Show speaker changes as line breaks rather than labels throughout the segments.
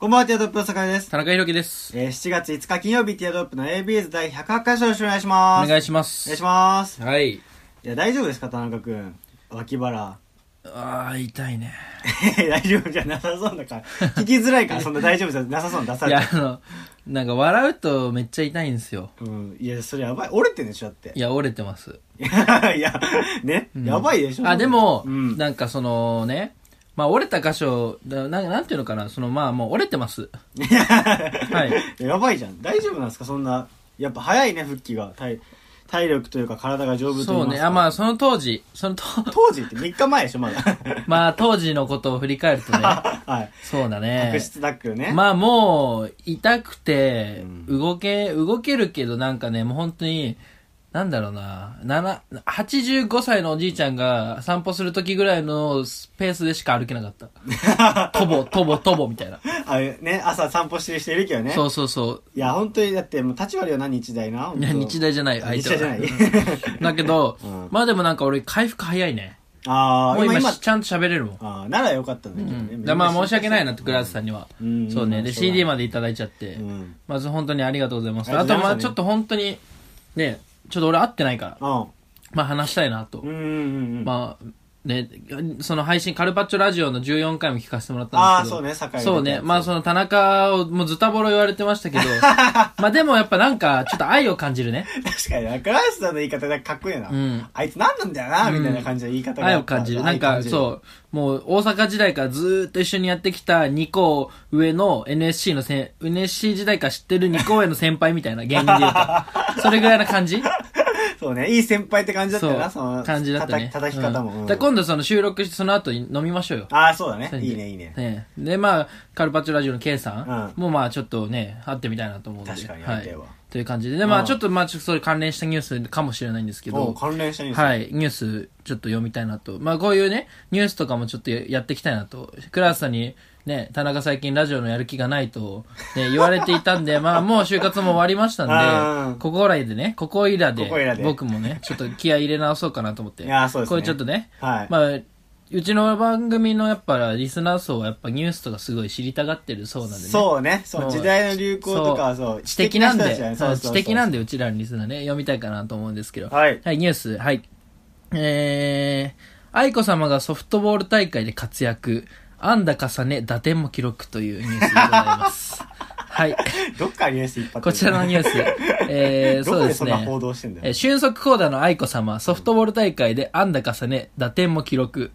こんばんは、ティアドロップの坂井です。
田中裕樹です。
えー、7月5日金曜日、ティアドロップの ABS 第108回よろしくお願いしま
お
す。
願いしま
お
す。
願いします。
はい。
いや、大丈夫ですか、田中くん。脇腹。
ああ、痛いね。
大丈夫じゃなさそうだから。聞きづらいから、そんな大丈夫じゃなさそうなの出さ
い
れ
や
て、。
あの、なんか笑うとめっちゃ痛いんですよ。
うん。いや、それやばい。折れてんでしょ、だって
い。や、折れてます。
いや、いやね、
うん
やばいでしょ。
あ、でも、
うん。
なんかそのね、まあ折れた箇所、だなんなんていうのかな、そのまあもう折れてます。はい。
やばいじゃん。大丈夫なんですか、そんな。やっぱ早いね、復帰が。体体力というか体が丈夫と言い
そう
ます
ね。
か
あ、まあその当 時、そのと、
当時って3日前でしょ、まだ。
まあ当時のことを振り返るとね、
はい。
そうだ
悪
ね。
質タックルね。
まあもう、痛くて
う、ん
動け、動けるけどなんかね、もう本当に、なんだろうな、7 85歳のおじいちゃんが散歩する時ぐらいのスペースでしか歩けなか った。とぼ、とぼ、とぼみたいな。
あれね、朝散歩してる人いるけどね。
そうそうそう。
いや、本当に、だって、もう、立ち割りは何日大な本
い
当
や、日大じゃない、
あ
相
日
手
大じゃな
は
い。。
だけど、
うん
まあでもなんか俺、回復早いね。
あ あ、
もう
今、
今、
今、
ちゃんと喋れるもん。
ああ、ならよかったんだけ
う
どね。
ん、だからまあ申し訳ないなって、倉橋さんには。
うん
そうね。で、
しょうがない
CD までいただいちゃって。
うん。うん。
まず本当にありがとうございます。
ありがと
あ
う
と、
ござい
ま
ます
あちょっと本当に、ね、ちょっと俺会ってないから、まあ話したいなと。
うん。うん。うん。
まあ、ね、その配信、カルパッチョラジオの14回も聞かせてもらっ
あ
たん
あ、
ですけ
そ
ど。
うね、酒井
そうね。まあその田中をもうズタボロ言われてました けど、まあでもやっぱなんかちょっと愛を感じるね。
確かにな、倉橋さんの言い方がかっこいいな。
うん
あいつ何なんだよな、
うん
みたいな感じの言い方が。
愛を感じる。なんかそう、もう大阪時代からずーっと一緒にやってきた2校上の NSC のせん、NSC 時代から知ってる2校上の先輩みたいな芸人で言う と。それぐらいな感じ
う。 そうね、いい先輩って感じだったよな、その、
感じだったね。
叩き叩き方
うん
も。
だから今度その収録して、その後に飲みましょうよ。
ああ、そうだね
そ。れで
いいね、いいね。
ねで、まあ、カルパッチョラジオの K さんもまあちょっとね、会ってみたいなと思うんで。
確かに
は
会いたい
い
わ。
という感じで。で、ま
う
あ
ん
ちょっとまあちょっとそれ関連したニュースかもしれないんですけ
おう
ど、
関連したニュース。
はい、ニュースちょっと読みたいなと。まあこういうね、ニュースとかもちょっとやっていきたいなと。倉橋さんに、ね、田中最近ラジオのやる気がないと、 ね、言われていたんで、まあもう就活も終わりましたん
うん
で、ここらでね、ここいら
ここいら
で
で、
僕もね、ちょっと気合い入れ直そうかなと思っ て。
いやーそうですね
こういうちょっとね、
はい。
まあ、うちの番組のやっぱリスナー層はやっぱニュースとかすごい知りたがってるそうなんでね。
そうね。そう、
そう
時代の流行とかはそう、
知的なん
知人
で、
たちだね
そう知的なん
で。
でうちらのリスナーね、読みたいかなと思うんですけど。
はい。
ニュース、はい。えー、愛子様がソフトボール大会で活躍、安打重ね、打点も記録というニュースでござい ます。はい。
どっからニュース引っ張ってる
こちらのニュース、え
ど
ー、そ
こ
う
で
で
そ
す
んな
ね。
報道してんだよ。
えー俊足コーダの愛子様、ソフトボール大会で安打重ね、打点も記録。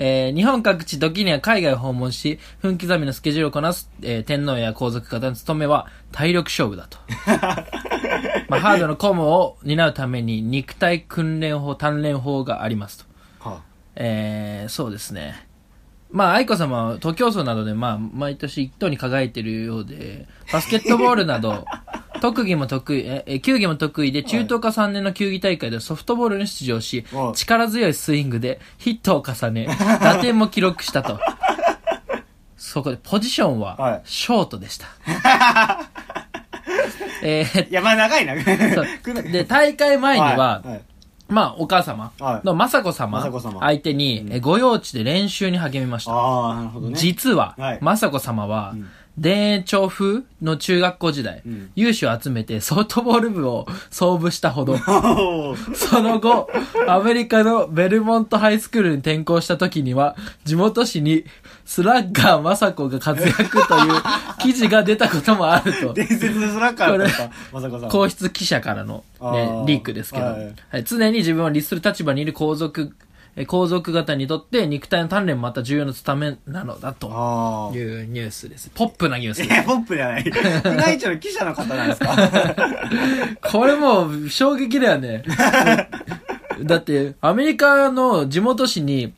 えー日本各地、時には海外を訪問し、分刻みのスケジュールをこなす、えー天皇や皇族方の務めは体力勝負だと。 まあ、ハードの公務を担うために肉体訓練法、鍛錬法がありますと。
は
えーそうですね。まあ、愛子様は徒競走などで、まあ、毎年一等に輝いているようで、バスケットボール など、特技も得意、ええ、球技も得意で、中等科3年の球技大会でソフトボールに出場し
はい、
力強いスイングでヒットを重 ね、打点も記録したと。そこで、ポジション
はい
は、ショートで した。え
あいや、まあ長いな。
ー そう
来ない
で、大会前には、
いい
まあ、お母様
はい
の雅子様
雅子様
相手に、えご用地で練習に励みました。
ああ、なるほどね。
実は、
はい
雅子様は、
ん
田園調布の中学校時代、
うん
有志を集めてソフトボール部を創部したほど、
おー
その後、アメリカのベルモントハイスクールに転校した時には、地元紙にスラッガー雅子が活躍という記事が出たこともある と。
伝説のスラッガーだった。まさこさん。
皇室記者からの、
あ
ね
ー、
リークですけど、
は
はいい常に自分を律する立場にいる皇族、え皇族方にとって肉体の鍛錬もまた重要なためなのだと
ああ。
い
いう
ニュースです。ポップなニュースです。
や、ポップじゃない。宮内庁の記者の方なんですか
これもう衝撃だよね。 だって、アメリカの地元紙に、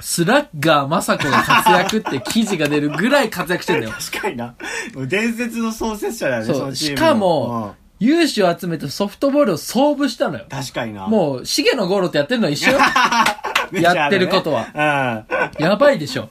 スラッガー雅子の活躍って記事が出るぐらい活躍してんだよ。
確かにな。もう伝説の創設者だよね、
そう
そのチームの
しかも、有志を集めてソフトボールを創部したのよ
うん。確かにな。
もう、重野五郎とやってん の一緒よ
メジャーだね
やってること
は。
やばいでしょ。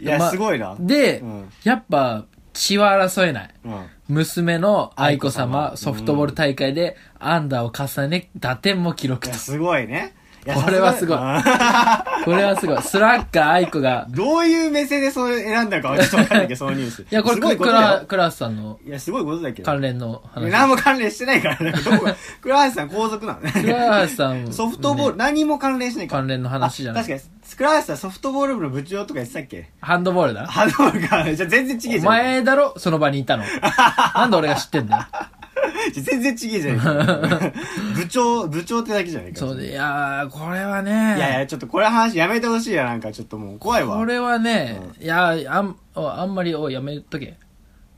うん。いや、
ます
ごいな。
で、
うん
やっぱ血は争えない
うん。
娘の愛子様
愛子様
ソフトボール大会でアンダーを重ね打点も記録
い
と
や、すごいね。や
これはすごい
さがに
これはすごい。スラッガー愛子が、
どういう目線でそれ選んだかはちょっとわかんないけど、そのニュース。
いや、これ
すごい
ク
ことだ
ラ、
よ。
クラスさんの
いや、すごいことだけど。
関連の話。
何も関連してないから、なんかどこ が、倉橋さん皇族なの
クラスさん、
ソフトボール、
ね
何も関連してないから。
関連の話じゃな
あ
い。
確かに、倉橋さんソフトボール部の部長とか言ってたっけ
ハンドボールだ。
ハンドボールか。じゃあ全然ちげえ
お
じゃん。
前だろその場にい たの。なんで俺が知ってんだよ
じゃあ全然ちげえじゃ ん。部長、部長ってだけじゃないか。
そう
い
で、いやー、これはね。
やいや、ちょっとこれ話やめてほしいや、なんかちょっともう怖いわ。
これはね、いやーあん、おあんまり、おいやめとけ。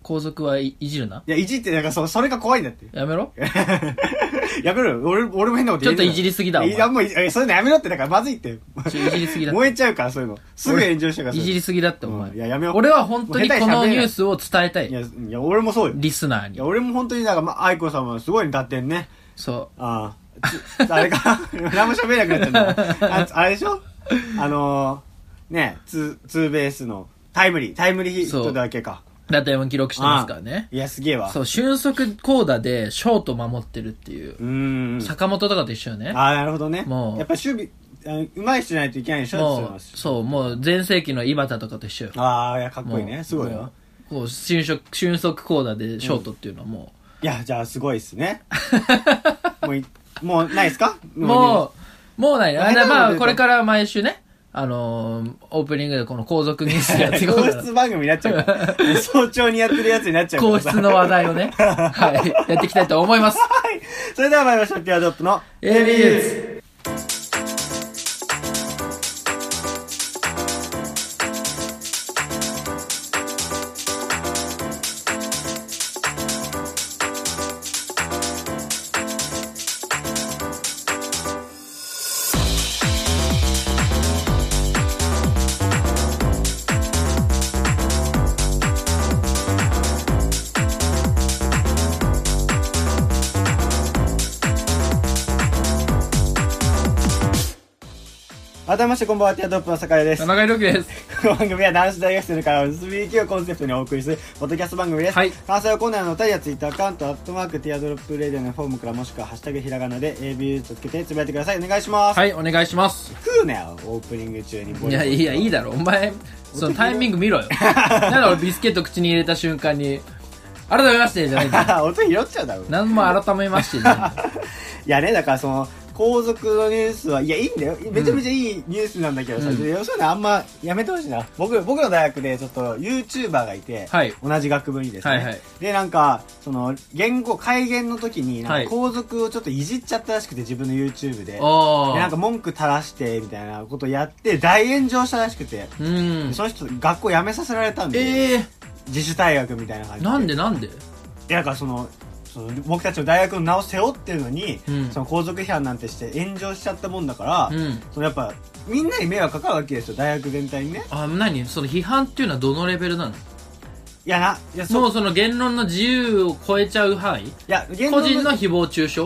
皇族はいいじるな。
いや、いじって、なんかそそれが怖いんだって。
やめろ
やめろよ。俺、俺も変なこと言える
ちょっといじりすぎだわ
いや、もうい、えそういうのやめろって、だからまずいって。
ちょいじり すぎだって
燃えちゃうから、そういうの。すぐ炎上しちゃうから。
いじりすぎだって、お前。
うんいややめよう
俺は本当にこ
もう下
の
手に喋れな
ニ
い
ュースを伝えた
ぎい
い。
や、いや、俺もそうよ。
リスナー
い
に
や、。俺も本当に、なんか、ま、愛子様はすごい立ってんね。
そ
ああ。つあれか。 何も喋れなくなっちゃった。ああれでしょあのー、ね、ツー、ツーベースのタイムリー、タイムリーヒットだけか。
う。打点を記録してますからね。
いや、すげえわ。。
そうう、俊足コーダでショート守ってるってい
う
う。
ーん。
坂本とかと一緒よね。
ああ、なるほどね。
もう
やっぱ守備、うまい人じゃないといけないでしょ
もう、そう、もう全盛期の井端とかと一緒よ。
ああ、いや、かっこいい
もう
ね。すごいわ。。
もうこう、俊足、俊足コーダでショートっていうのはも
いや、じゃあ、すごいっす ね。もうい、もう、ないっすか
う、も
う
う、もうない。あ
下手なこと言うと
まあ、これから毎週ね、あのー、オープニングでこの皇族ニュースやってい
ね、
こ う
皇
かな
室番組になっちゃうから。 早朝にやってるやつになっちゃうか
皇
らさ。
室の話題を ね、はい、やっていきたいと思います。
それでは参りましょう。ティアドロップの
AB ユーズ。
改めましてこんばんは、ティアドロップの酒井です。
中井良樹です。
この番組は男子大学生の会話の SBQ をコンセプトにお送りするポッドキャスト番組です。
はい
関西はコーナーのお便りやツイッターアカウント、アットマークティアドロップレディオのフォームからもしくはハッシュタグひらがなで ABU とつけてつぶやいてください。お願いします。
はい、お願いします。
食うなよ、オープニング中にボ
い
リボ
や、
リ
いや、いいだろ。お前、そのタイミング見 ろよ。なんで俺ビスケット口に入れた瞬間に、改めましてじゃないんだよ。
音拾っちゃうだろ。い
何も改めましてじ ゃないんだよ。
やね、だからその、皇族のニュースは、いや、いいんだよ。めちゃめちゃいいニュースなんだけどさ、
うん
で要するにあんまやめてほしいな。僕、僕の大学でちょっと YouTuber がいて、
はい
同じ学部にですね。
はいはい
で、なんか、その、言語、改元の時に、
は
なん
い
か皇族をちょっといじっちゃったらしくて、自分の YouTube で。で、
お
なんか
ー。
文句垂らして、みたいなことやって、大炎上したらしくて、
うーん。
その人、学校辞めさせられたんで、
ええ
自主退学みたいな感じで。
なんでなんで
いやだからそのその僕たちの大学の名を背負ってるのに、
うん
その皇族批判なんてして炎上しちゃったもんだから、
うん。
そのやっぱみんなに迷惑かかるわけですよ大学全体にね
あ、何その批判っていうのはどのレベルなの
いやないや
も
そう
うその言論の自由を超えちゃう範囲
いや言
個
論
人の誹謗中傷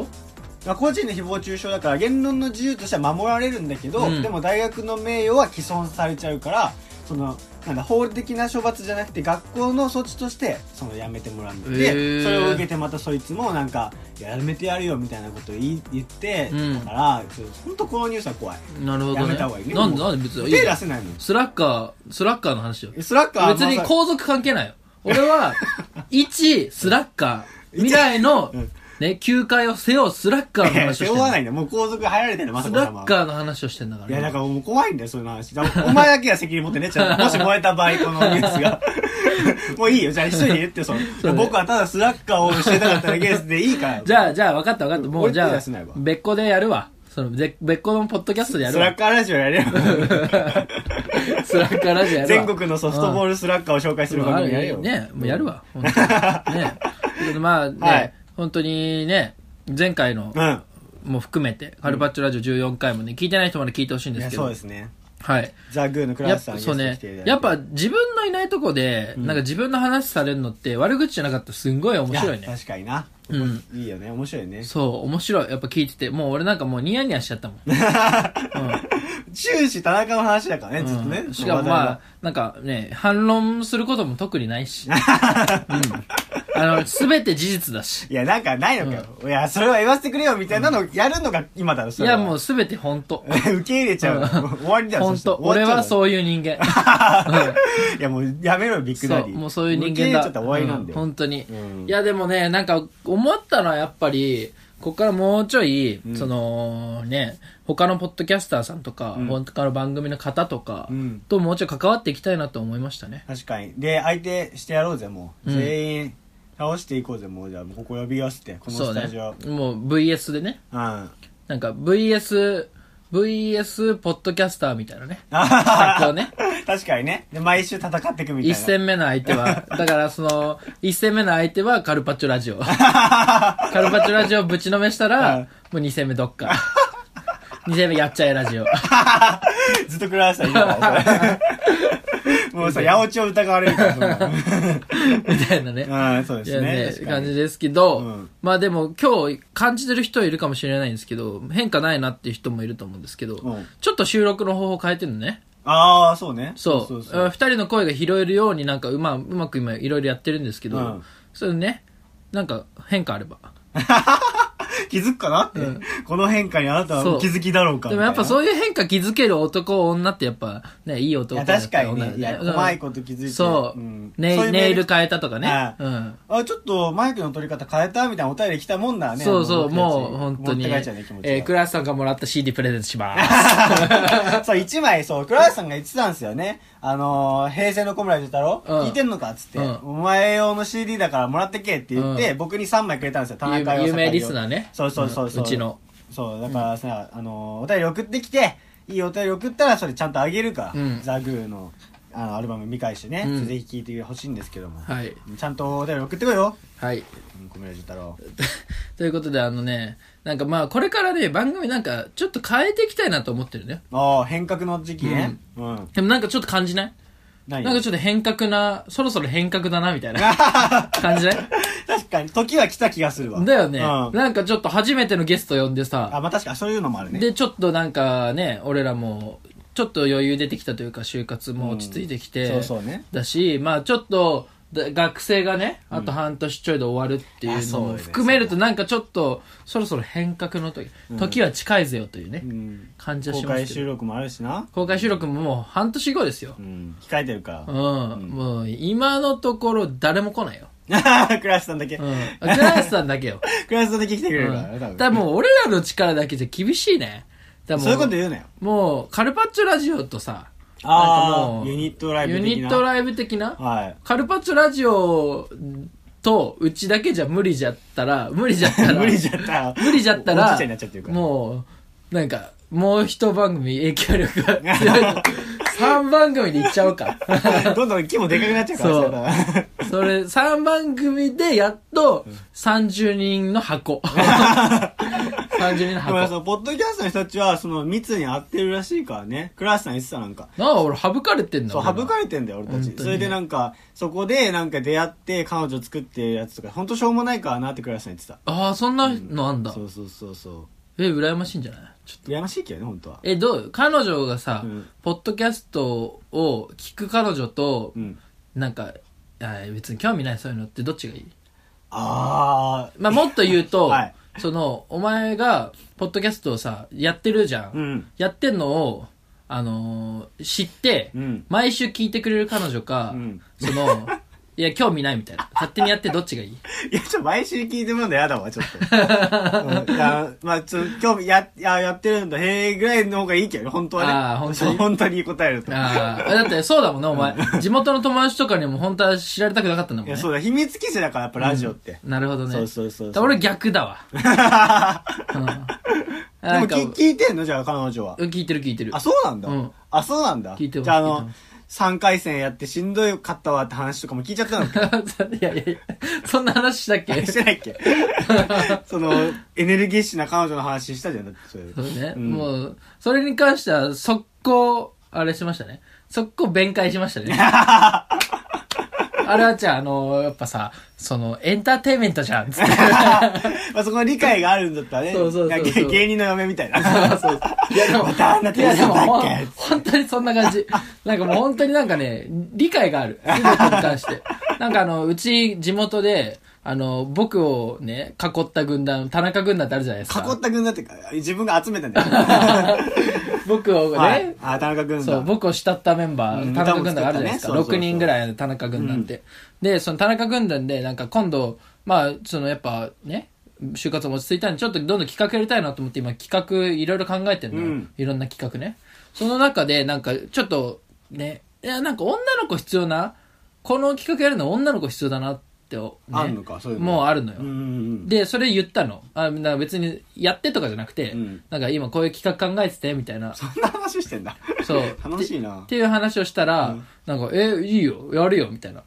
まあ、個人の誹謗中傷だから言論の自由としては守られるんだけど、
うん
でも大学の名誉は既存されちゃうからそのなんだ法的な処罰じゃなくて学校の措置としてそのやめてもらって、
へー
それを受けてまたそいつもなんかいややめてやるよみたいなことを言い言って、
うん
だからちょ本当このニュースは怖い
なるほどね。
やめた方がいいね
なんでなんで別にいい
手
じゃ
出
ん。
せないの
スラッガー、スラッガーの話よ。
スラッガーは
別に
まあ
皇族関係ないよ。俺 は、一スラッガー、未来の
うん、
ね、球界を背負うスラッガーの
いや
話をして
背
る
負わないんだよもう皇族が入られてるまさ
ス
こ
ラ
様
ッ
は
ガーの話をしてんだか
いや
ら。
だからもう怖いんだよそういう話だからお前だけが責任持ってねちゃん ともし燃えた場合このニュースがもういいよじゃあ一人で言ってその
そうね
僕はただスラッガーをしてなかっただけですでいいから
じゃあ、じゃあ、分かった分かった。もう、
俺
じゃ
手
あ
出せないわ、
別個でやるわ。その、ぜ別個のポッドキャストでや
ス
る
ラ
わ
ッ。ガーラジオやれよ
スラッガーラジオやるわ。
全国のソフトボールスラッガーを紹介する番組やれよ
ね、もうやるわ。本当にね。ということでまあね、
はい
本当にね、前回の
うん
も含めて、カルパッチョラジオ14回もね、聞いてない人まで聞いてほしいん
い
で
や
すけ
そう
ど
で。すね
はい。
ザ・グーのク
や
ラ
っ
スさん
ぱ
に
そう
来
ね
ていただい。て
やっぱ自分のいないとこで、なんか自分の話されるのって悪口じゃなかったらすんごい面白い
い
ね
や。確かにな
うん
いいよね面白いね
そう、面白い。やっぱ聞いてて、もう俺なんかもうニヤニヤしちゃった もん。
終始田中の話だからねずっとね
うんしかもまあ、なんかね、反論することも特にないし。うんあの、すべて事実だし。
いや、なんかないのかよ。いや、それは言わせてくれよ、みたいなのやるのが今だろ、
いや、も
う。
うすべて本当。
受け入れちゃう。終わりだよ、
本当。俺はそういう人間。
う。いや、もうやめろよ、ビッグ
そ
ダ
う、
ディ。
もうそういう人
受け入
間
れ
だ。
ちゃったら終わりなんだ
う
よ。
本当に。
うん
いや、でもね、なんか、思ったのはやっぱり、ここからもうちょい、
ん
そのね、他のポッドキャスターさんとか、
ん
他の番組の方とか、
うん
ともうちょい関わっていきたいなと思いましたね。
確かにで相手してやろうぜもう、
うん
全員倒していこうぜもうじゃあもうここ呼び合わせてこの
そ
ス
う
タ
ね
ジオう,、。
もう VS でね、
んあ
なんか VS、VS ポッドキャスターみたい なね。
はは
企画をね。
確かにねで毎週戦っていくみたい
一
な
戦目の相手は、だからその、一戦目の相手はカルパッチョラジオ。カルパッチョラジオぶちのめしたら、
うん
もう二戦目どっか。二戦目やっちゃえラジオ。
ずっと食らわせたらいいからそれもうさ八百長疑われるからそん
みたいなね。
なうんそうで
い
す
や
ね
ね
確、か
感じ
に
ですけど、
うん
まあでも今日感じてる人いるかもしれないんですけど、変化ないなっていう人もいると思うんですけど、
うん
ちょっと収録の方法変えてるのね。
ああそうね
そう。
そうそ
あ二
う
人の声が拾えるようになんかうまうまく今いろいろやってるんですけど、
うん
それね、なんか変化あれば。
気づくかなって、この変化にあなたはお気づきだろうか
でもやっぱ
う
そういう変化気づける男、女ってやっぱね、いい
い
男
や
だっ
確
た
からに
女
ね
だ
いや
うん
細いこと気づいて
そう、
ん
ネイ
そういうメー
ネイル変えたとかね
あ。
うん。
あ、ちょっとマイクの取り方変えたみたいなお便り来たもんだね。
そう
あ
そ
の
う、もう本当に。
持って
え
帰っちゃうね、気持ちが。
ー、倉橋さんがもらった CD プレゼントします。
そう、一枚、そう、倉橋さんが言ってたんですよね。あのー、平成の小村寿太郎、
うん
聞いてんのかっつって、
うん
お前用の CD だからもらってけって言って、
う
僕に3枚くれたんですよ、田中
有有名リスナーね。
そうそうそうそう
うちの。
そう、だからさ、あのー、お便り送ってきて、いいお便り送ったらそれちゃんとあげるから、
うん
ザグーの、あの、アルバム見返してね、
うん
ぜひ聴いてほしいんですけども。
はい。
ちゃんとお便り送ってこいよ、
はい。
うん小村寿太郎。
ということで、あのね、なんかまあ、これからね、番組なんか、ちょっと変えていきたいなと思ってるね。
ああ、変革の時期ね。うん。
でもなんかちょっと感じない
何
なんかちょっと変革な、そろそろ変革だな、みたい な感じない
確かに、時は来た気がするわ。
だよね、
うん
なんかちょっと初めてのゲスト呼んで
あ、
さ、
まあ確かにそういうのもあるね。
で、ちょっとなんかね、俺らも、ちょっと余裕出てきたというか、就活も落ち着いてきて、
そうそうね。
だし、まあちょっと、だ学生がね、あと半年ちょいで終わるっていうの
あそう
も
ね
含めると、なんかちょっと、そろそろ変革の時、時は近いぜよというね、
うん。
感じは
公
しま
開
すけ
収
ど。
録もあるしな。
公開収録ももう半年後ですよ
う。ん。控えてるか
うん、もう今のところ誰も来ないよ。
ら。 クラスさんだけ。
うん。 あ倉橋さんだけよ。
クラスさんだけ来てくれるから
う
ね、多
ん、
分。
だもう俺らの力だけじゃ厳しいね。だも
そういうこと言うなよ。
もう、カルパッチョラジオとさ、なんか
あ
も
あ、
う
ユニットライブ
ユ
的な。
ニット
イ
ライブ的な、
はい。
カルパッチョラジオとうちだけじゃ無理じゃったら、無理じゃったら、
無理じゃったら。
無理じゃった
おおじ
ら
いちゃんになっちゃってるから。
もう、なんか、もう一番組影響力が強い。3番組でいっちゃおうか。
どんどん木もでかくなっ ちゃうから
そう
れは
それ、3番組でやっと30人 の箱。
でもね
30人 の
そ
箱。
のポッドキャストの人たちは、その密に合ってるらしいからね。クラスさん言ってたなんか。
なあ、俺省かれてんだ
そう、
俺ら
省かれてんだよ、俺た
本
ち。
当に
それでなんか、そこでなんか出会って、彼女作ってるやつとか、ほんとしょうもないからなって倉橋さん言ってた。
ああ、そんなのあんだ。
そうそうそうそ。
え、羨ましいんじゃないう
やましいけどね、本当は。
え、どう彼女がさ、
うん
ポッドキャストを聞く彼女と、
うん。
なんか、あ別に興味ないそういうのってどっちがいい
あ
まあ、もっと言うと、
はい
その、お前が、ポッドキャストをさ、やってるじゃん。
ー。うん。
やってんのを、あのー知って、
うん
毎週聞いてくれる彼女か、
うん
その、いや、興味ないみたいな。勝手にやってどっちがいい
いや、ちょ、毎週聞いてもらうのやだわ、ち ょっと。うんいや、まあ、ちょ、興味、や、いや、やってるんだ、へえ、ぐらいの方がいいけどね、本当はね。
あー本当に
そう本当に答えると。
ああ、だってそうだもんね、お前。地元の友達とかにも本当は知られたくなかったんだも
い
ん
や、
ね。
そうだ、秘密基地だから、やっぱラジオって。
なるほどね。
そうそうそう
だから俺逆だわ。 うん、
で
な
も
んか
聞、聞いてんのじゃあ、彼女は。
聞いてる聞いてる
あ、。そうなんだ。
うん
あ、そうなんだ。
聞いてます
じゃあ、あ
聞いて
の
ま、
3回戦やってしんどいかったわって話とかも聞いちゃったの
いやいやいや、そんな話したっけ
してないっけその、エネルギッシュな彼女の話したじゃん。だってそれ
そうね、
うん
もう、それに関しては、速攻、あれしましたね。速攻弁解し ましたね。あれはじゃあ、あの、やっぱさ、その、エンターテインメントじゃん、つって。
まあそこの理解があるんだったらね。
そうそうそう
なんか芸芸人の嫁みたいな。
いやでも、
またあんなテンションだっけ
いや でもほん本当にそんな感じ。なんかもう本当になんかね、理解がある。全てに関して。なんかあの、うち地元で、あの、僕をね、囲った軍団、田中軍団ってあるじゃないですか。
囲った軍団っていうか、自分が集めたんだよ。
僕をね、
はい。あ、田中軍
そう、
団。
僕を慕ったメンバー、
うん
田中軍団があるじゃないですか。
歌も作ったねそうそうそう
6人ぐらいある田中軍団って、で、その田中軍団で、なんか今度、まあ、そのやっぱね、就活も落ち着いたんで、ちょっとどんどん企画やりたいなと思って、今企画いろいろ考えてるのよ、
うん
いろんな企画ね。その中で、なんかちょっとね、いや、なんか女の子必要な、この企画やるの女の子必要だなって、ね、
あんのかそういうの
もうあるのよ。
うんうん
で、それ言ったの。あ、なんか別にやってとかじゃなくて、
うん
なんか今こういう企画考えてて、みたいな。
うん。そんな話してんだ。
そう。
楽しいな
っ。ていう話をしたら、なんか、え、いいよ、やるよ、みたいな。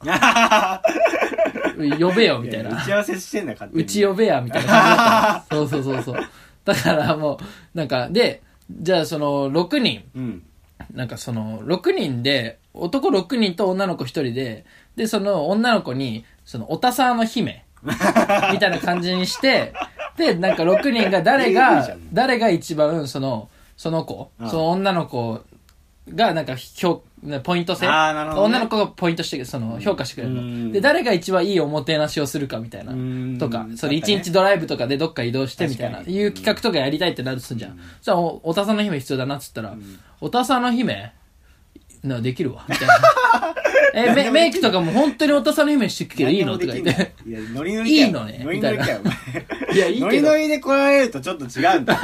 呼べよ、みたい
いや打
な。
ち合わせしてんだ、勝手
う
に
ち呼べや、みたいな感じだったの。そうそうそうそう。だからもう、なんか、で、じゃあその、6人、
うん。
なんかその、6人で、男6人と女の子1人で、で、その女の子に、その、おたさの姫、みたいな感じに して、で、なんか6人が誰
AV じゃ
が
ん、
誰が一番、その、その子、
うん
その女の子が、なんか、評、ポイント制、
あーなるほどね
女の子がポイントして、その、評価してくれる
う
の。
ん
で、誰が一番いいおもてなしをするか、みたいな
う。ん
とか、それ
だったね
1日ドライブとかでどっか移動して、みたいな、
確かに
いう企画とかやりたいってなるとすんじゃん。じゃあ、おおたさの姫必要だなっつったら、おたさの姫、なできるわ、みたいな。 え、メメイクとかも本当におたさの姫してくけどいいのとか言って。。
いや、ノリノリだよ
いいのね
ノリノリだよ、
いや、いい
ノ
け
リ
ど
ノ、リで来られるとちょっと違うん だ。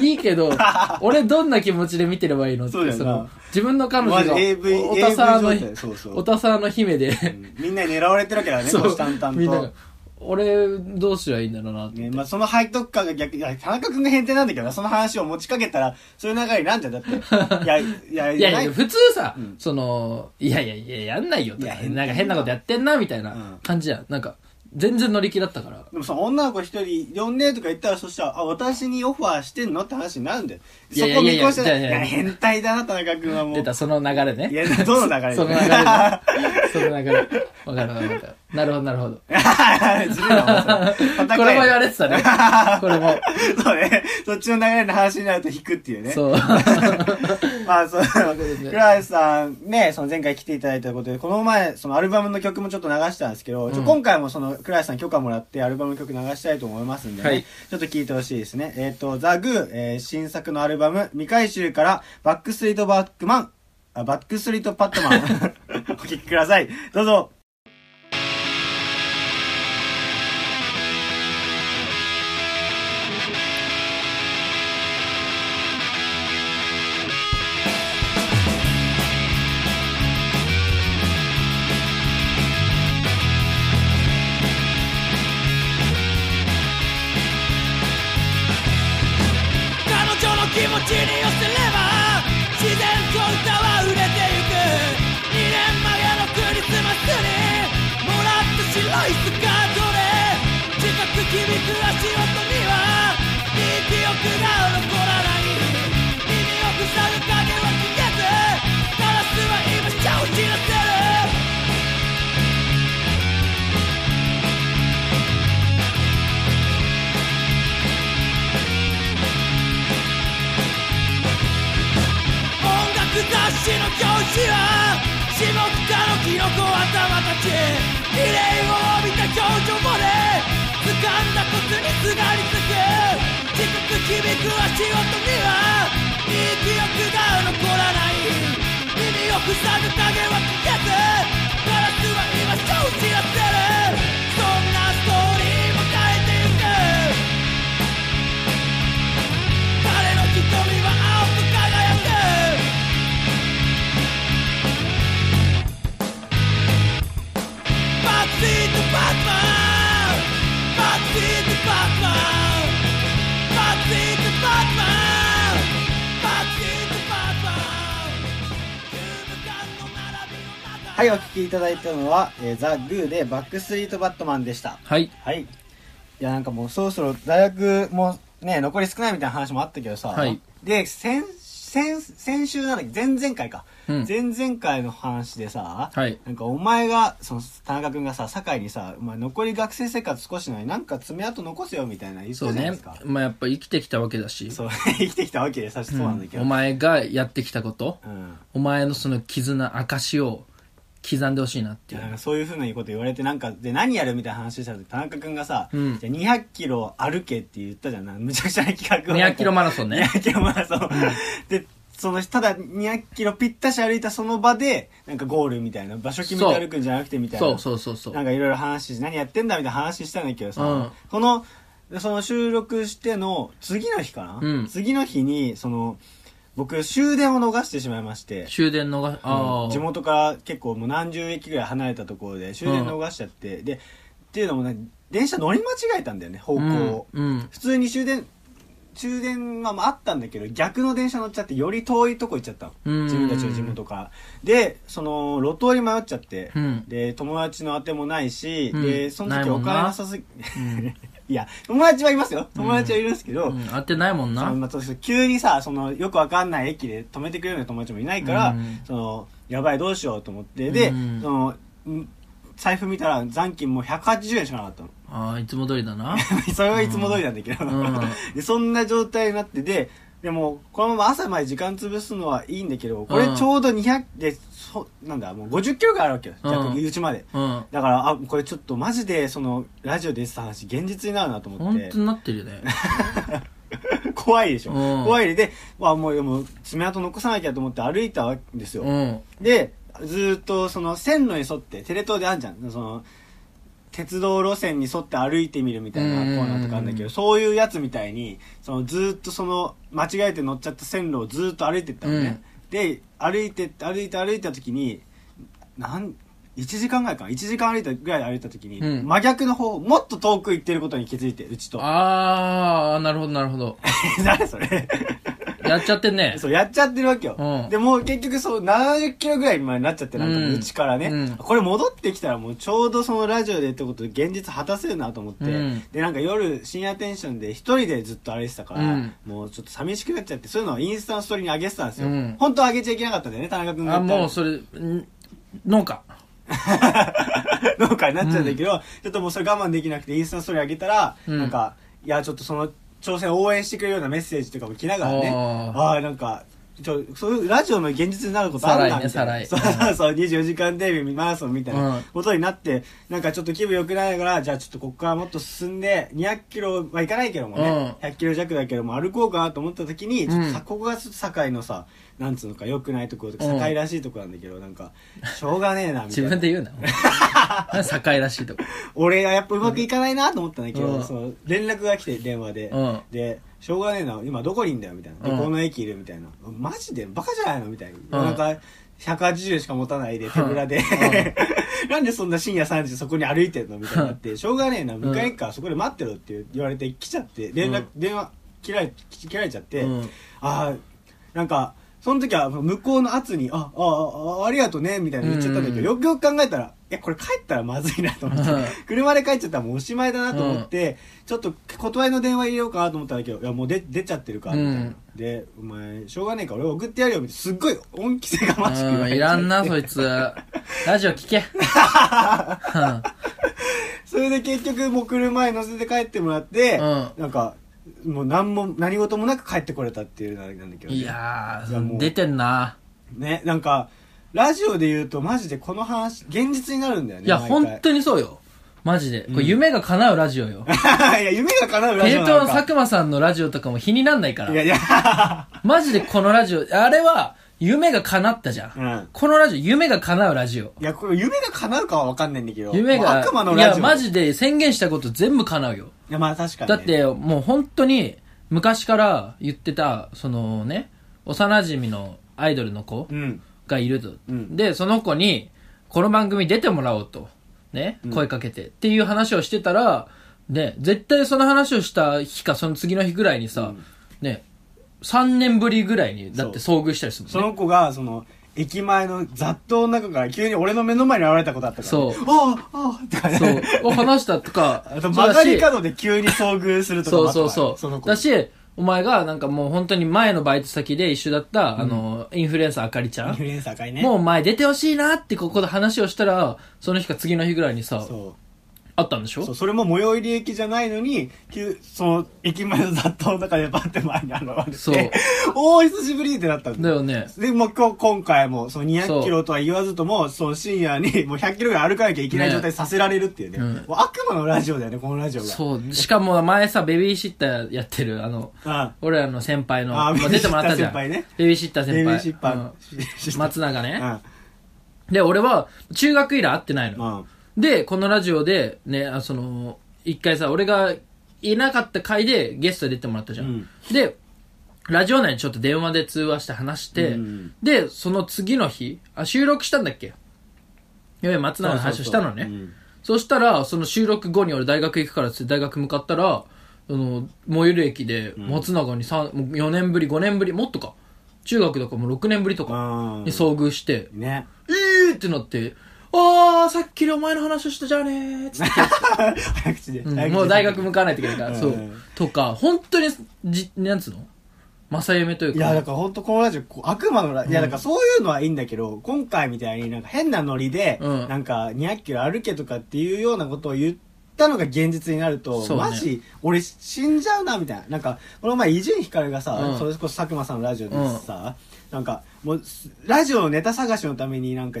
いいけど、俺どんな気持ちで見てればいいのっ
そうだ
て、
よ
そ
な
の、自分の彼女
マジ
が
AV、
おたさの
AV 状態そうそ、う
おたさの 姫で、
うんみんなに狙われてるわけだね、虎視眈々と。
みんなが、俺どうすりゃいいんだろうなって。
ね、まあその背徳感が逆に、田中君が変態なんだけどな、その話を持ちかけたら、そういう流れになんじゃん だって。いや、いや、
いやい
な
や、
い
普通さ、その、いやいやいや、やんないよと
いや、
か
変
なんか変なことやってんな、みたいな
うん
感じやん。なんか、全然乗り気だったから。
でもさ、女の子一人呼んでとか言ったら、そしたら、あ、私にオファーしてんのって話になるんだよ。
い
そ
や
こ見越して
いや
ないい。
や
い
いやいや
や、変態だな、田中君はもう。
出た、その流れね。
いや、どの流れ
その流れだ。その流れ。わかるわかるわかる。なるほど、なるほど。
自分らもさ
これも言われて たね。これも。
そうね。そっちの流れの話になると引くっていうね。
そう。
まあ、そう、
ね
倉橋さんね、その前回来ていただいたことで、この前、そのアルバムの曲もちょっと流したんですけど、ちょ
うん
今回もその倉橋さん許可もらってアルバムの曲流したいと思いますんでね、
はい
ちょっと聞いてほしいですね。えっ、と、ザ・グー、えー新作のアルバム、未回収からバックストリートバックマン、あバックストリートパットマン、 お聴きください。どうぞ。
彼女の気持ちに寄せれば自然と歌は売れてゆく2年前のクリスマスにもらった白いスカートで近く響く足音には記憶が残らない耳を塞ぐ影は聞けずガラスは今下を散らせる音楽雑誌の表紙は下北のキノコ頭たち綺麗を帯びた表情まで掴んだコツにすがりつく近く響く足音にはいい記憶が残らない耳を塞ぐ影は聞けずガラスは今下を知らせるそんなストーリーも変えてゆく彼の瞳は青く輝くバックシートバックマンバックシートバックマンバックシートバックマンバックシートバックマンキューブ缶の並びの中
はい、お聴きいただいたのは、えーザ・グーでバックストリートバットマンでした。
はい。
はい。いや、なんかもうそろそろ大学もね、残り少ないみたいな話もあったけどさ。
はい
で、先、先、先週なんだっけ前々回か。
うん
前々回の話でさ、
はい
なんかお前が、その、田中君がさ、堺にさ、お前残り学生生活少しなのになんか爪痕残せよみたいな言っ
そ
た
う
じゃないで
ね
すか。。
まあやっぱ生きてきたわけだし。
そう、 生きてきたわけでさ、そうなんだけど。
お前がやってきたこと、
うん。
お前のその絆、証を刻んでほしいなってい
なん
う。
かそういうふうなこと言われてなんかで何やるみたいな話した時田中君がさ、
うん
じゃあ200キロ歩けって言ったじゃないむちゃくちゃな企画を
200キロマラソ ンね。
200キロマラソン、でそのただ200キロぴったし歩いたその場でなんかゴールみたいな場所決めて歩くんじゃなくてみたいな
そうそうそうそう
な。んかいろいろ話し何やってんだみたいな話したんだけどさ、
うん
このその収録しての次の日かな、
うん
次の日にその僕終電を逃してしまいまして
終電逃し、ああ。
地元から結構もう何十駅ぐらい離れたところで終電逃しちゃって、でっていうのもね電車乗り間違えたんだよね方向を、
うん。うん
普通に終電終電はまああったんだけど逆の電車乗っちゃってより遠いとこ行っちゃった
うん
の自分たちの地元からでその路頭に迷っちゃって、
うん
で友達のあてもないし、
うん
でその
ない
時
も
お
んな
金なさすぎ いや友達はいますよ友達はいるんですけど、
うん。当てないもん
そ
な
の。まあそう急にさそのよくわかんない駅で止めてくれるような友達もいないから、
うん
そのやばいどうしようと思ってで、
うん
そのん財布見たら残金もう180円しかなかったの
ああ、いつも通り だな。
それはいつも通りなんだけど、
うん
でそんな状態になってででもこのまま朝まで時間潰すのはいいんだけどこれちょうど200でそなんだもう50キロぐらいあるわけよ
うん
逆にうちまで。
うん。
だから、あ、これちょっとマジで、その、ラジオで言ってた話、現実になるなと思っ
本
て
当。になってるよね。
怖いでしょ、
うん
怖いで、まあ、もうもう爪痕残さなきゃと思って歩いたわけですよ、
うん。
でずーっとその線路に沿ってテレ東であんじゃんその鉄道路線に沿って歩いてみるみたいなコ
うん
ーナーとかあるんだけどそういうやつみたいにそのずーっとその間違えて乗っちゃった線路をずーっと歩いてったのね、で歩いてって歩いて歩いた時になん1時間ぐらいかな1時間歩いたぐらい歩いた時に、
うん
真逆の方もっと遠く行ってることに気づいてうちと
ああ、なるほど、なるほど。
誰それ
やっちゃって んね。
そう、やっちゃってるわけよ。
うん
で、もう結局そう、70キロぐらい前になっちゃって、なんかもう
うん
うちからね、
うん
これ戻ってきたらもうちょうどそのラジオで言ったこと現実果たせるなと思って、
うん
で、なんか夜深夜テンションで一人でずっと歩いてたから、
うん
もうちょっと寂しくなっちゃって、そういうのをインスタのストーリーに上げてたんですよ。
うん
本当は上げちゃいけなかったんだよね、田中君が
あ、
言ったら
もうそれ、ん農家。
農家になっちゃうんだけ ど、ちょっともうそれ我慢できなくてインスタのストーリー上げたら、
うん
なんかいやちょっとその挑戦を応援してくれるようなメッセージとかも来ながらね
あー
ああーなんかちょそういうラジオの現実になることあるなみ
さ
たいな
らいね
そう
さらい
そう そう24時間テレビマラソンみたい
うん
なことになって、なんかちょっと気分良くなりながらじゃあちょっとここからもっと進んで200キロはいかないけどもね、100キロ弱だけども歩こうかなと思った時に、
うん
ちょっとさここが堺のさなんつうのか良くないところとか
うん
堺らしいところなんだけど、なんかしょうがねえなみた
自
いな
分で言うな。 なんで堺らし いとこ。
俺がやっぱうまくいかないなと思ったんだけど、
うん
その連絡が来て電話で、
うん
で「しょうがねえな今どこにいんだよ」みたいな「で
うん
この駅いる」みたいな「マジでバカじゃないの?」みたいな、
うん
なんか180しか持たないで手ぶらで、 なんでそんな深夜3時そこに歩いてんのみたいになって「しょうがねえな迎え行くからそこで待ってろ」って言われて来ちゃって連絡、電話切られ切られちゃって、
うん
ああなんかその時は向こうの圧に「ああああありがとね」みたいな言っちゃったんだけど、
うん
よくよく考えたら「えこれ帰ったらまずいな」と思って、
うん
車で帰っちゃったらもうおしまいだなと思って、ちょっと断りの電話入れようかなと思ったんだけど「いやもう出出ちゃってるから」みたいな。
うん
で「お前しょうがねえから俺送ってやるよ」みたいなすっごい恩着せがましく言わ
うん、
れ
い
ちゃっ
ら
て
んな、そいつ。ラジオ聞け。うん
それで結局もう車に乗せて帰ってもらって、
うん
なんかもう何も何事もなく帰ってこれたっていうのなんだけど、ね、
いや
いやも
ー、
う
出てんな。
ねなんかラジオで言うとマジでこの話現実になるんだよね
いや、
毎
本
回
当にそうよ。マジで。これ夢が叶うラジオ よ。
いや夢が叶うラ
テ
ジ
レ
オ
東
な
の
んか
佐久間さんのラジオとかも日になんないから
い。やいや
マジでこのラジオ、あれは、夢が叶ったじゃん。
うん
このラジオ、夢が叶うラジオ。
いやこれ夢が叶うかは分かんないんだけど
夢
もう
が、
悪魔の
い
ラジ
や、
オ
マ
い
ジで宣言したこと全部叶うよ。
やまあ確かに、
だ
ね、
って、もう本当に、昔から言ってた、そのね、幼馴染のアイドルの子
うん
がいると。
うん
で、その子に、この番組出てもらおうと。ね、声かけて。っていう話をしてたら、ね、絶対その話をした日か、その次の日ぐらいにさ、ね、3年ぶりぐらいに、だって遭遇したりするもん
そ
ね
の子がその駅前の雑踏の中から急に俺の目の前に現れたことあったから、
そう
ああああとかね
そう。を話した とか
あ。と曲がり角で急に遭遇するとか
そ
も
う
あったか
そ
ら
うそう。
その子
だし、お前がなんかもう本当に前のバイト先で一緒だった、あの、インフルエンサーあかりちゃ
インフ
ん。
ルエンサーかいね
もうお前出てほしいなってここで話をしたら、その日か次の日ぐらいにさ、
そ
あったんでしょ
そうそれも最寄り駅じゃないのにきゅその駅前の雑踏の中でバッて前に現れて
そう
おー久しぶりってなったん
だ
だ
よね。
でもう今日今回もその
そう
200キロとは言わずともその深夜にもう100キロぐらい歩かなきゃいけない状態にさせられるっていうね
うん
もう悪魔のラジオだよねこのラジオがう
そう。しかも前さ、ベビーシッターやってる、あの、
あ
俺らの先輩の、
あー
まあ出てもらったじゃん。ベビーシッター
ベ
先
ビ
輩。
ーシッパー
うん、
ベビー シッパー
松永ね、
うん
で、俺は、中学以来会ってないの。
うん
で、このラジオで、ね、あその、一回さ、俺がいなかった回でゲストで出てもらったじゃん。
うん
で、ラジオ内にちょっと電話で通話して話して、
うん
で、その次の日、あ、収録したんだっけいやいや、松永の話をしたのね。
そうそうそううん
そしたら、その収録後に俺大学行くからっつって大学向かったら、あの、最寄り駅で松永に三もう4年ぶり、5年ぶり、もっとか。中学とかもう6年ぶりとか
うん
に遭遇して、
ね
えーってなって、あー、さっきのお前の話をしたじゃ ねーっつって、
早口で、
うん
早口で
もう大学向かわないといけないから、
うん
そう。とか、本当に、じ、なんつうの正夢というか。
いやだから本当このラジオこう悪魔のラジオ、いやだからそういうのはいいんだけど今回みたいになんか変なノリで、
うん
なんか200キロ歩けとかっていうようなことを言ったのが現実になると、
そうね
マジ俺死んじゃうなみたいななんかこの前伊集院光がさ、
うん
それこそ佐久間さんのラジオでさ、なんかもうラジオのネタ探しのためになんか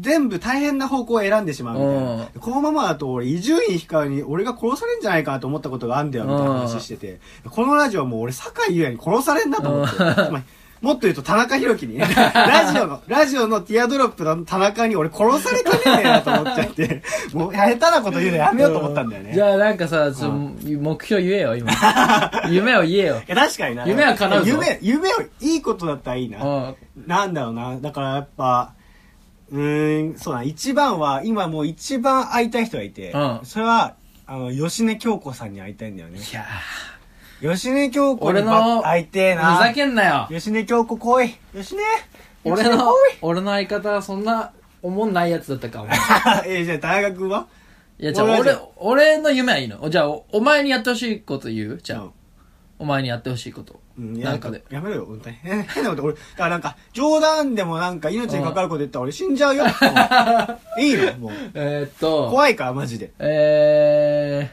全部大変な方向を選んでしまうみたいな、このままだと俺伊集院光に俺が殺されんじゃないかなと思ったことがあんだよみたいな話してて、このラジオはもう俺酒井優也に殺されんなと思って、
うん
つまりもっと言うと田中裕樹に ラジオのラジオのティアドロップの田中に俺殺されかねえなと思っちゃって もう下手なこと言うのやめようと思ったんだよね、
じゃあなんかさ、その目標言えよ、今。 夢を言えよ
い。や確かにな
夢は叶うぞ
夢夢をいいことだったらいいな、
うん。
なんだろうな。だからやっぱ、うーん、そうだな。一番は、今もう一番会いたい人がいて、
うん
それは、あの、吉根京子さんに会いたいんだよね
い。や
吉根京
ー
子
俺
に
の、
ば会いてえな。
ふざけんなよ。
吉根京子来い。吉根
俺
吉根来
の、俺の相方はそんな、おもんないやつだったか、お 前。
いえ、じゃあ大学はい
や、じゃあ
俺はじゃ
俺
あ、
俺の夢はいいの。じゃあ、おお前にやってほしいこと言うじゃあ、
うん
お前にやってほしいこと。
うん、
なんかで。
やめろよ、本当に。 変変なこと、俺、だからなんか、冗談でもなんか命にかかること言ったら俺死んじゃう よ。もういいのもう。
えーっと、
怖いから、マジで。
え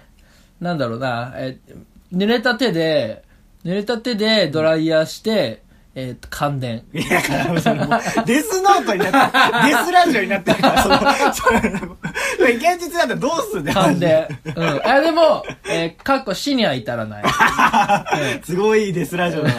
ー、なんだろうな、えー濡れた手で、濡れた手でドライヤーして、えーっと、感電。
いや、だからそのもうデスノートになってる、デスラジオになってるから、その、その現実だったらどうすんだよ。
感電。うん。あ、でも、えー、かっこ死には至 らない。
すごいデスラジ オだ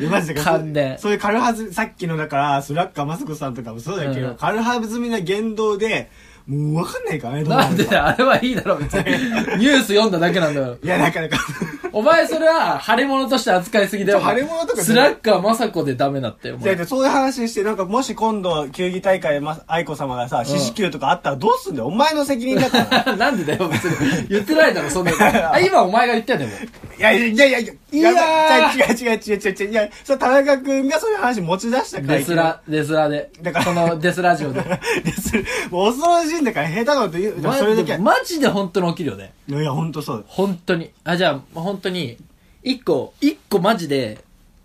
な。マジで。
感電
そういう軽はず、さっきのだから、スラッカーマスコさんとかもそうだけど、
うん
軽はずみな言動で、もうわかんないからね、どう
なんで
るか
だよあれはいいだろ、別に。ニュース読んだだけなんだよ。
いや、だから、
お前それは、腫れ物として扱いすぎだよ。
そう腫れ物とか
スラッカーまさこでダメだって、
い
お
や
前
い。やそういう話して、なんかもし今度、球技大会、ま、愛子様がさ、四死球とかあったらどうすんだよ。お前の責任だから。
なんでだよ、別に。言ってないだろ、そんなこと。あ、今お前が言ったよ、でも。
いやいやいやいや、い
や
や、違う違う違う違う違う。いや、それ田中君がそういう話持ち出したから。
デスラ、デスラで。
だから
このデスラジオで。
デスラ。もう恐ろしいんだから下手なこと言う。
マ
それだけ
でも。マジで本当に起きるよね。
いやいや、ほんとそう。
本当に。あ、じゃあ、本当に、一個、一個マジで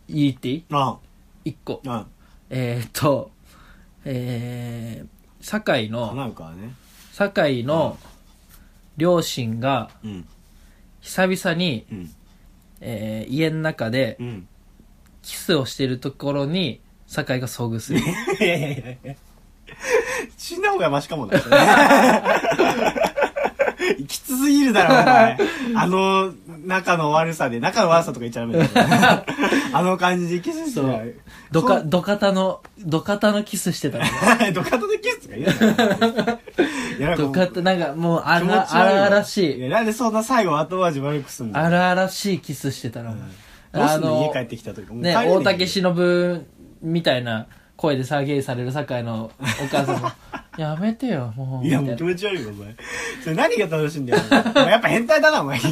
言っていい
あ
一個。
あ、あ
えー、っと、えー、堺
あ、
の、
叶うからね。
堺の両親が
うん、
久々に、
うん、
えー、家の中で
うん。
キスをしてるところに、堺が遭遇 する。
いやいやいやいや。 死んだ方がマシかもな。 きつすぎるだろ、お前。あの、仲の悪さで、仲の悪さとか言っちゃダメだよ。あの感じでキスして
そ
な
う
い。
ドカ、ドカタの、ドカタのキスしてたの ね。
ドカトでキスとか言うないやなん
ドカタ、なんかもうあ
気持ち悪いわ
ら、荒々し
い
い。
やなんでそんな最後後味悪くすんの
荒々しいキスしてたら、もう
どうす
あ
んの
の
家帰ってきた時もう帰
ね
れねえ
大竹しのぶみたいな声でさゲイされる堺のお母さん もやめてよもう
いや
み
も
た
う気
な
持ち悪いよお前それ何が楽しいんだよお前お前やっぱ変態だなお 前そ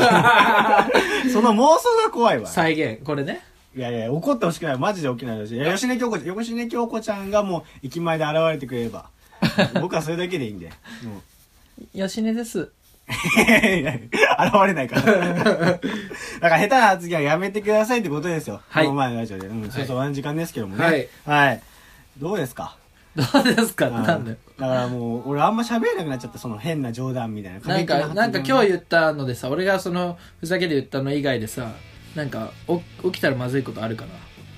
の妄想が怖いわ
再現これね
いやいや怒ってほしくないマジで起きないだしいや吉根京子ちゃん吉根京子ちゃんがもう駅前で現れてくれれ ば僕はそれだけでいいんでもう
吉根です
いやいや現れないからだから下手な発言はやめてくださいってことですよ
はい
この前のラジオで、うん、そうそう、ワン時間ですけどもね
はい、
はい、どうですか
どうですかって
うん
なんだよ。
だからもう俺あんま喋れなくなっちゃったその変な冗談みたいな
なん
過激
か、
発言
なんか今日言ったのでさ、俺がその、ふざけて言ったの以外でさ、なんか、お起きたらまずいことあるか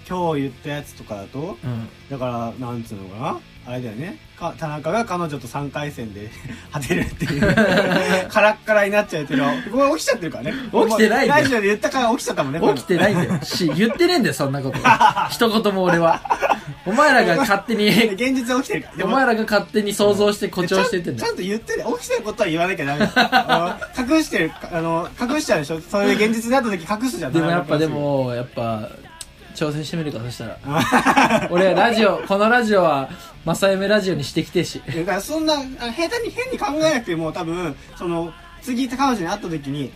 今日言ったやつとかだと
な。うん。
だからなんつうのかなあれだよねか田中が彼女と3回戦で 果てるって いうカラッカラになっちゃうけどこれ起きちゃってるからね
起きてないんだよ
ラジオで言ったから起きちゃったもんね
起きてないんだ よ。し、言ってねえんだよ、そんなこと。一言も俺は。お前らが勝手
これ
に、
現実は起きてるからで
お
も
前らが勝手に想像して誇張して言ってん
ち
だ
ゃ
よ。
んと言ってね起きてることは言わなきゃダメだあの隠してるあの隠しちゃうでしょそういう現実になった時隠すじゃん
でもやっぱ
田
で
中の
も、やっぱ、挑戦してみるか、そしたら。
話
俺、ラジ オ、このラジオは、マサイメラジオにしてきてえし。
だからそんなあ下手に変に考えなくても多分その次彼女に会った時に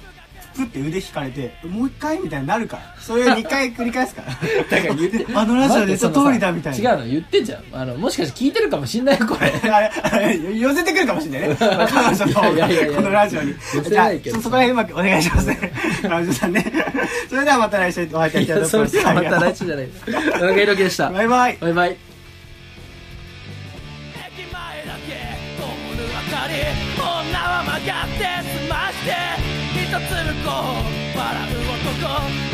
プッて腕引かれてもう一回みたいになるからそれを2回繰り返すからだから言ってあのラジオで言った通りだみたいな
違うの、言ってんじゃん。あの、もしかして聞いてるかもしんないよ、これ。
あれあれ寄せてくるかもしれ ないね彼女の方
いやいやいや
がこのラジオに
寄せないけ
じゃあ
ど
そそこら辺うまくお願いしますね彼女さんねそれではまた来週お会いい
い
たい
や、
と
そ
思い
れ
ます
じゃまた来週じゃない。田中裕樹でした。
バイバイ
バイバイ。
駅前だけ通る明かり女は曲がって済まして一つ向こう笑う男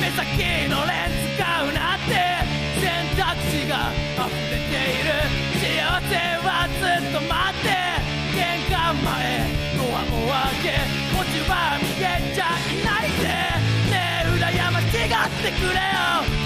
目先のレンズ買うなって選択肢が溢れている幸せはずっと待って玄関前ドアも開けこっちは見えちゃいないでねえ羨ましがってくれよ